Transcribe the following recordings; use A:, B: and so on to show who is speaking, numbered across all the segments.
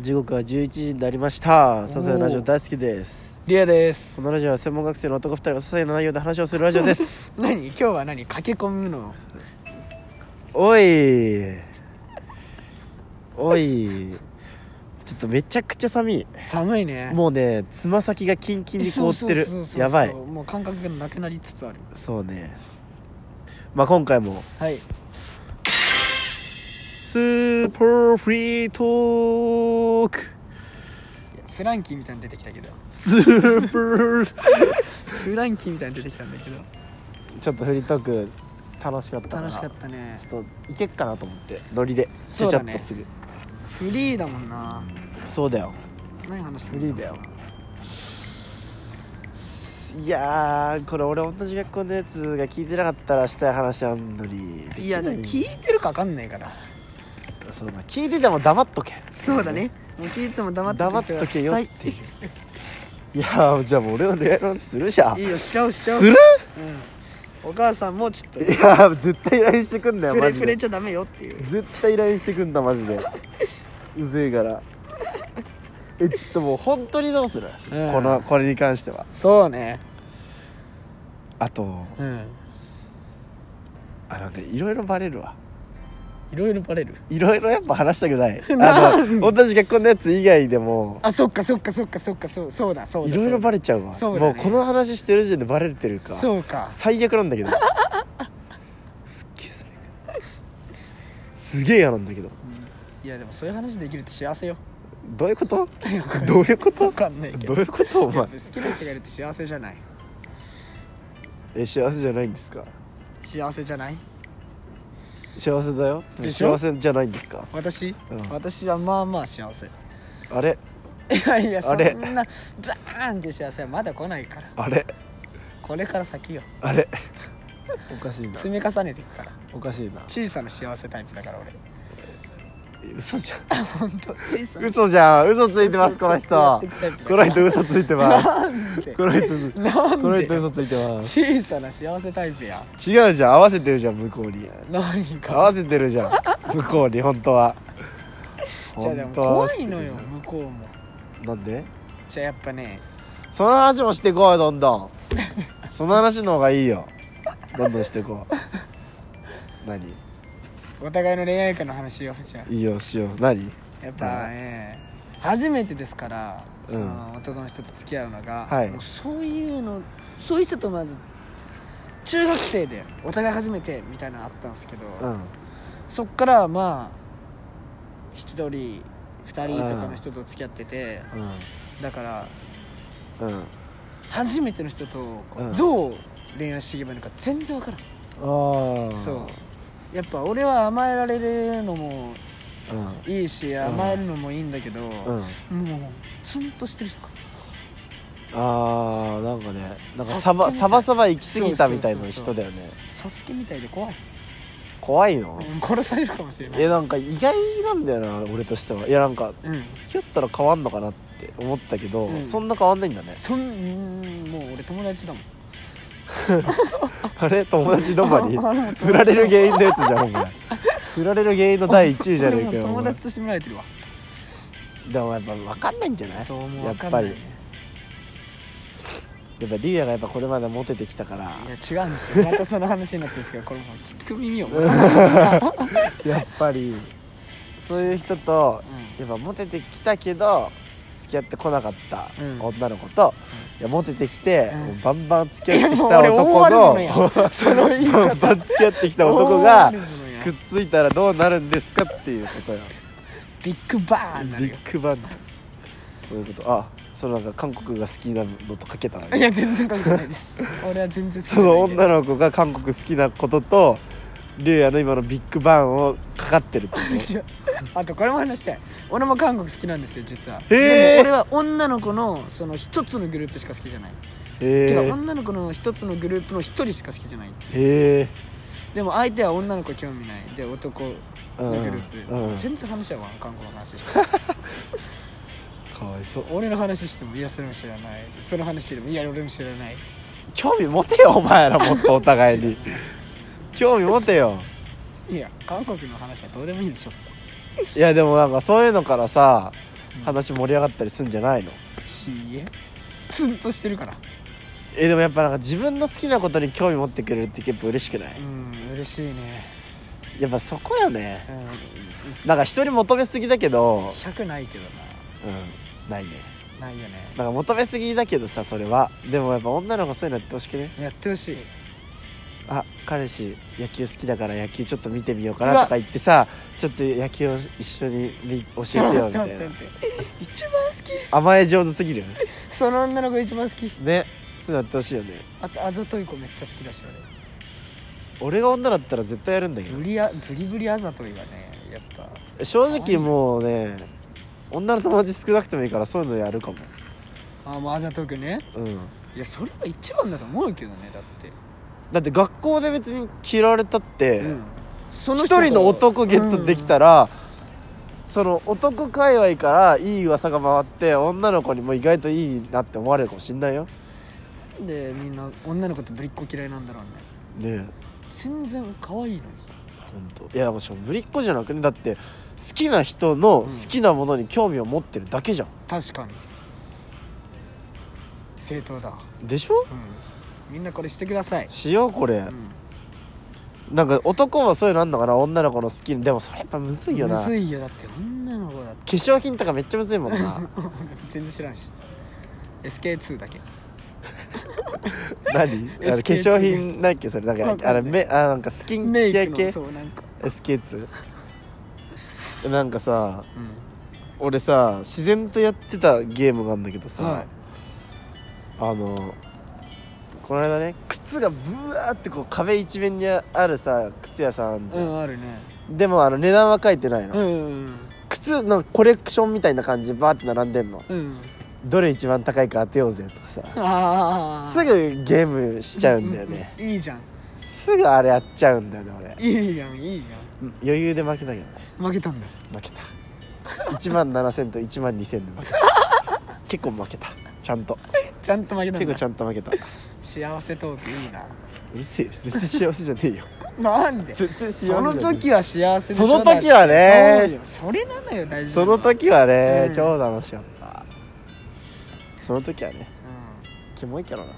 A: 時刻は11時になりました
B: ー
A: サザエラジオ大好きです
B: リアです
A: このラジオは専門学生の男2人が些細な内容で話をするラジオです
B: 何今日は何駆け込むの
A: おいおいちょっとめちゃくちゃ寒い
B: 寒いね
A: もうねつま先がキンキンに凍ってる
B: そうそうそうそう
A: やばい
B: もう感覚がなくなりつつある
A: そうねまあ今回も
B: はい
A: スーパーフリートーク
B: フランキーみたいに出てきたけど
A: スーパー
B: フランキーみたいに出てきたんだけど
A: ちょっとフリートーク楽しかったな
B: 楽しかったね
A: ちょっといけっかなと思ってノリでち
B: そ
A: ゃ
B: う
A: ちゃ
B: だ
A: っ
B: ね
A: とすぐ
B: フリーだもんな
A: そうだよ
B: 何話して
A: フ
B: ん
A: リ
B: の
A: ーだよいやーこれ俺同じ学校のやつが聞いてなかったらしたい話あんのにできない
B: いやでも聞いてるか分かんないから
A: そうまあ聞いてても黙っとけ
B: そうだねもういつも黙って
A: 黙っとけよっ
B: い
A: ていういやーじゃあもう俺の恋愛の話するじゃん
B: い
A: す
B: よしちゃおうしちゃおう、
A: る
B: うん、お母さんもちょっと
A: いやー絶対依頼してくんなよ
B: 触
A: マ
B: れ
A: ジ
B: 触
A: で
B: れちゃダメよっていう
A: 絶対依頼してくんだマジでうぜえからえちょっともう本当にどうする、
B: うん
A: このこれに関しては
B: そうね
A: あと
B: うん
A: あなんでいろいろバレるわ
B: いろいろバレる
A: いろいろやっぱ話したく ない
B: な
A: あの同じ学校のやつ以外でも
B: あそっかそっかそっかそっかそうそうだそうだ
A: いろいろバ
B: レ
A: レちゃうわ
B: そうだ
A: も
B: ね
A: うこの話してる時点でバレてるか
B: そうか
A: 最悪なんだけ どすっげえ最悪すげえ嫌なんだけど
B: いやでもそういう話できるって幸せよ
A: どういうこと どういうこと
B: わかんないけ
A: ど
B: ど
A: ういうことお
B: や
A: 前
B: っぱ好きな人がいるって幸せじゃない
A: え幸せじゃないんですか
B: 幸せじゃない
A: 幸せだよ
B: でしょ
A: 幸せじゃないんですか
B: 私、
A: うん
B: 私はまあまあ 幸せい
A: あれ
B: やいやそ
A: あ
B: んな
A: れ
B: バーンって幸せはまだ来ないから
A: あれ
B: これから先よ
A: あれおかしいな
B: 積み重ねていくから
A: おかしいな
B: 小さな幸せタイプだから俺
A: 嘘じゃん
B: 本当小さな
A: 嘘じゃん嘘ついてますこの人この人嘘ついてます
B: なんで
A: この人嘘
B: なん
A: この
B: で
A: 人
B: よ
A: 嘘ついてます
B: 小さな幸せタイプや
A: 違うじゃん合わせてるじゃん向こうに
B: 何
A: 合
B: か
A: わせてるじゃん向こうに本当は
B: じゃあでも
A: 本当は合わ
B: 怖
A: せて
B: い
A: るじゃ
B: の
A: ん
B: よ向こうも
A: なんで
B: じゃあやっぱね
A: その話もしていこうよどんどんその話の方がいいよどんどんしていこう何
B: お互いの恋愛観の話をじゃ
A: いいよしよう何
B: あやっぱね初めてですから
A: うん
B: その男の人と付き合うのが、
A: はい
B: もうそういうのそういう人とまず中学生でお互い初めてみたいなのあったんですけど、
A: うん
B: そっからまあ一人二人とかの人と付き合ってて、だから
A: うんうん
B: 初めての人とこう
A: うん
B: どう恋愛していけばいいのか全然わからん、
A: ああ
B: そうやっぱ俺は甘えられるのもいいし
A: ん
B: 甘えるのもいいんだけど、
A: うんうん
B: もうツンとしてる人か
A: ああなんかねなんか
B: サスケ
A: サバ
B: みたい
A: サバサバ行き過ぎたみたいな
B: そうそ
A: 人
B: うそうそ
A: だ
B: う
A: よね
B: サスケみたいで怖い
A: 怖いの
B: うん殺されるかもしれない
A: えなんか意外なんだよな俺としてはいやなんか
B: うん
A: 付き合ったら変わんのかなって思ったけど、
B: うん
A: そんな変わんないんだね
B: そんうんもう俺友達だもん
A: あれ友達どこに
B: あれも友達
A: 振られる原因のやつじゃんお前振られる原因の第1位じゃねえか
B: 俺
A: よ
B: も
A: お
B: 友
A: 前
B: 達として見られてるわ
A: でもやっぱ分かんないんじゃない
B: そうもう
A: や
B: わ
A: っ
B: かん
A: ぱ
B: な
A: り
B: いね
A: やっぱリュウヤがやっぱこれまでモテてきたから
B: いや違う んですよまたその話になってるんですけどこれもう聞く耳をうん
A: やっぱりそういう人とやっぱモテてきたけど付き合ってこなかった
B: うん
A: 女の子と、いやモテてきて、
B: うん
A: もうバンバン付き
B: い
A: 合っ
B: や
A: てき
B: もう
A: た
B: 俺思わ
A: 男
B: れる
A: の
B: の やその言い
A: バ
B: 方
A: ンバン付き合ってきた男
B: 思わ
A: が
B: れるのや
A: くっついたらどうなるんですかっていうことよ
B: ビッグバーンにな
A: ビ
B: るよ
A: ッグバンドそういうことあそのなんか韓国が好きなのとかけたの
B: い
A: に
B: や全然関係ないです 俺は全然好きじ
A: そ
B: ゃない
A: の
B: んで
A: 女の子が韓国好きなこととリュウヤの今のビッグバンをかかってるってこと
B: 違うあとこれも話したい俺も韓国好きなんですよ実は
A: へー
B: でも俺は女の子のその一つのグループしか好きじゃない、
A: へ
B: て か
A: え
B: 女の子の一つのグループの一人しか好きじゃない
A: へえ
B: でも相手は女の子興味ないで男のグループ、
A: うんうん
B: 全然話し合わん韓国の話して
A: かわいそう
B: 俺の話してもいやそれも知らないその話聞いてもいや俺も知らない
A: 興味持てよお前らもっとお互 いに興味持てよ
B: いや韓国の話はどうでもいいでしょ
A: いやでもなんかそういうのからさ話盛り上がったりすんじゃないの
B: いいえツンとしてるから
A: えでもやっぱなんか自分の好きなことに興味持ってくれるって結構嬉しくない
B: うん嬉しいね、
A: やっぱそこよね
B: うん、
A: なんか人に求めすぎだけど
B: 100ないけど
A: うんないね
B: なないよね
A: なんか求めすぎだけどさそれはでもやっぱ女の子そういうのやってほしくね
B: やってほしい
A: あ彼氏野球好きだから野球ちょっと見てみようか
B: う
A: な
B: わ
A: とか言ってさちょっと野球を一緒に見教えてよみたい な
B: 待って待って待って一番好き
A: 甘え上手すぎるよね
B: その女の子一番好き
A: ねそういうのやってほしいよね
B: あとあざとい子めっちゃ好きだし
A: 俺が女だったら絶対やるんだけ
B: 俺ブリアブリブリあざといはねやっぱ
A: ど正直もうね女の友達少なくてもいいからそういうのやるかも
B: あまああざとくね
A: うん
B: いやそれが一番だと思うけどねだって
A: だって学校で別に嫌われたって
B: うんそ
A: 一、
B: が
A: 人の男ゲットできたら、その男界隈からいい噂が回って女の子にも意外といいなって思われるかもしんないよ
B: うんでみんな女の子ってぶりっ子嫌いなんだろうね
A: ねえ
B: 全然可愛いのに
A: 本当いやでもしかもぶりっ子じゃなくねだって好きな人の好きなものに興味を持ってるだけじゃん、
B: 確かに正当だ
A: でしょ
B: うんみんなこれしてください、
A: しようこれ、
B: う
A: なんか男はそういうのあんのかな女の子の好きでもそれやっぱむず
B: ん、
A: いよな
B: む
A: 化
B: ずいよだって女の子だって
A: 粧品とかめっちゃむずいもんな
B: 全然知らんし SK2 だけ
A: 何あの化
B: SK2
A: 粧品なんっけそれなん
B: わかん
A: か
B: ない
A: あれ目あなんかスキン
B: メイ
A: ケア
B: ク
A: 系
B: のそうなんか
A: SK2 なんかさ
B: う
A: 俺さ自然とやってたゲームがあるんだけどさ、
B: はい
A: あのこの間ね靴がブワーってこう壁一面にあるさ靴屋さんあんじゃ
B: ん、うんん、あるね
A: でもあの値段は書いてないの、
B: うんうん
A: 靴のコレクションみたいな感じでバーって並んでんの
B: うんうん
A: どれ一番高いか当てようぜとかさ
B: ああ
A: すぐゲームしちゃうんだよね、
B: いいじゃん
A: すぐあれやっちゃうんだよね俺
B: いいじゃんいいじ
A: 余裕で負けたけどね
B: ゃん負けたんだ
A: 負けた1万7000と1万2000で負けた結構負けたちゃんと
B: ちゃんと負けたん
A: 結
B: だ
A: 構ちゃんと負けたう
B: 幸せトークいいな
A: るせえよ全然幸せじゃねえよ
B: なんで
A: 全然幸せじゃ
B: そ
A: ねえ
B: の時は幸せでしょ
A: その時はね
B: だってそうよそれなのよ大事な
A: その時はね、
B: うん
A: 超楽しかったその時はねキモいけどな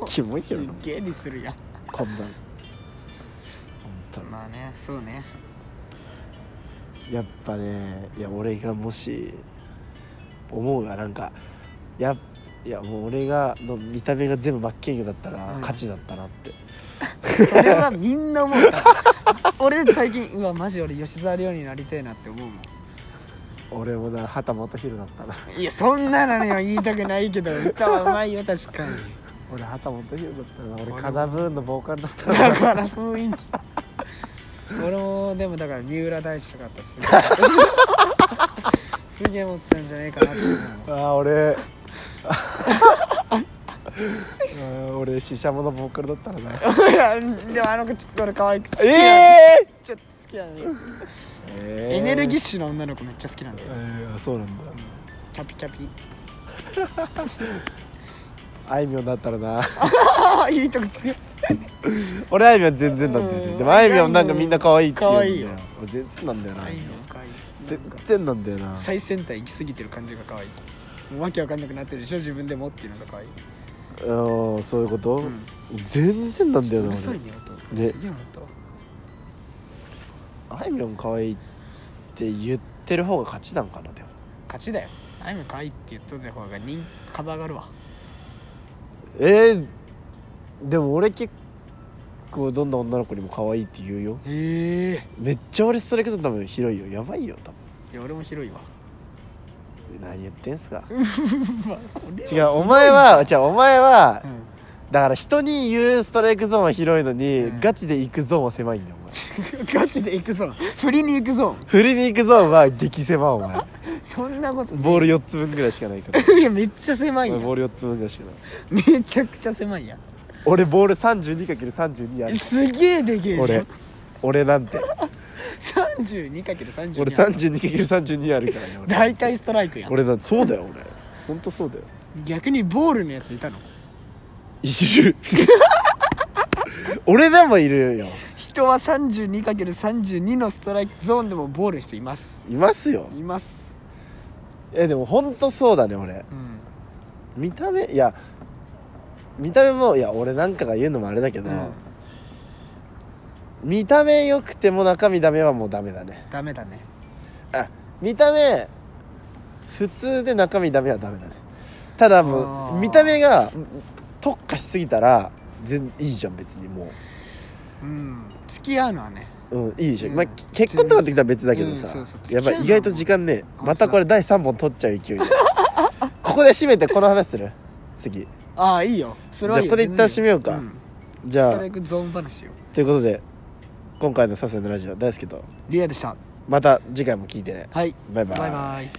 B: うん
A: キモいけど
B: す
A: な
B: っげえにするやん
A: こんなん本
B: まあねそうね
A: 当にやっぱねいや俺がもし思うがなんかやいやもう俺がの見た目が全部真っ金魚だったら
B: うん
A: 勝ちだったなって、
B: それはみんな思うから 俺最近うわマジ俺吉沢亮になりてえなって思うもん
A: 俺もな畑元博だったない
B: やそんなのには言いたくないけど歌はうまいよ確かに
A: 俺畑元博だったな
B: 俺も
A: 俺カナブーンのボーカルだったな
B: だから雰囲気俺もでもだから三浦大知とかだった らすげえ杉本さんじゃねえかなって思う
A: あー俺あー俺シシャモのボーカルだったらない
B: やでもあの子ちょっと俺可愛くて好きなの
A: え
B: ちょっと好きなのよ
A: え
B: エネルギッシュな女の子めっちゃ好きなんだ
A: え
B: よ
A: ー、そうなんだ
B: キャピキャピ
A: あいみょんだったらな
B: ああいいとこつけ
A: 俺あいみょん全然なんだよ
B: う
A: ね
B: ん
A: でもあいみょんなんかみんな可愛いって言うんだ
B: 可愛いよ
A: 俺全然なんだよな
B: あいいのかい
A: 全然なんだよな
B: 最先端行き過ぎてる感じが可愛いもうわけわかんなくなってるでしょ自分でもっていうのが可愛い
A: うんそういうこと、
B: ん
A: 全然なんだよ
B: う
A: な
B: るさい
A: 俺
B: ね音
A: ね
B: すげえ思ったわ
A: あいみょん可愛いって言ってる方が勝ちなんかなでも
B: 勝ちだよあいみょん可愛いって言っといた方が人株上がるわ
A: えー、でも俺結構どんな女の子にも可愛いって言うよ
B: へえ
A: めっちゃ俺それこそ多分広いよやばいよ多
B: いや俺も広いわ
A: 分何言ってん すか違
B: 違
A: うお前は違うお前は
B: うん
A: だから人に言うストライクゾーンは広いのに、
B: うん
A: ガチで行くゾーンは狭いんだよお前
B: ガチで行くぞ振りに行くぞ
A: 振りに行くゾーンは激狭お前
B: そんなこと
A: ボール4つ分ぐらいしかないから
B: いやめっちゃ狭いや
A: 俺
B: ん
A: ボール4つ分ぐらいしかない
B: めちゃくちゃ狭いやん
A: 俺ボール 32×32 ある
B: すげえでけえじゃ
A: 俺
B: ん
A: 俺なんて
B: 32×32
A: 俺 32×32 あるからね俺
B: 大体ストライクやん
A: 俺なんてそうだよ俺本当そうだよ
B: 逆にボールのやついたの
A: いる 俺でもいるよ
B: 人は 32×32 のストライクゾーンでもボールの人います
A: いますよ
B: います
A: えでも本当そうだね俺
B: うん
A: 見た目いや見た目もいや俺なんかが言うのもあれだけど、
B: うん
A: 見た目良くても中身ダメはもうダメだね
B: ダメだね
A: あ見た目普通で中身ダメはダメだねただも
B: あー
A: う見た目がうん特化しすぎたら全いいじゃん別にも
B: うん付き合うのはね
A: ううんいいじゃん、
B: うん
A: まあ、き結婚とかできたら別だけど
B: うん
A: さ、
B: そうそう
A: やっぱ
B: 付き合うのは
A: 意外と時間ね
B: もう
A: またこれ第3本取っちゃう勢い でここで締めてこの話する次
B: ああいいよそれはいいよ
A: じゃあここで一旦締めようかじ
B: じゃあ
A: ゃあ
B: ストライクゾーン話よ
A: ということで今回の「さすがのラジオ」大好きと
B: リアでした
A: また次回も聞いてね
B: はい
A: バイバイ
B: バイバイ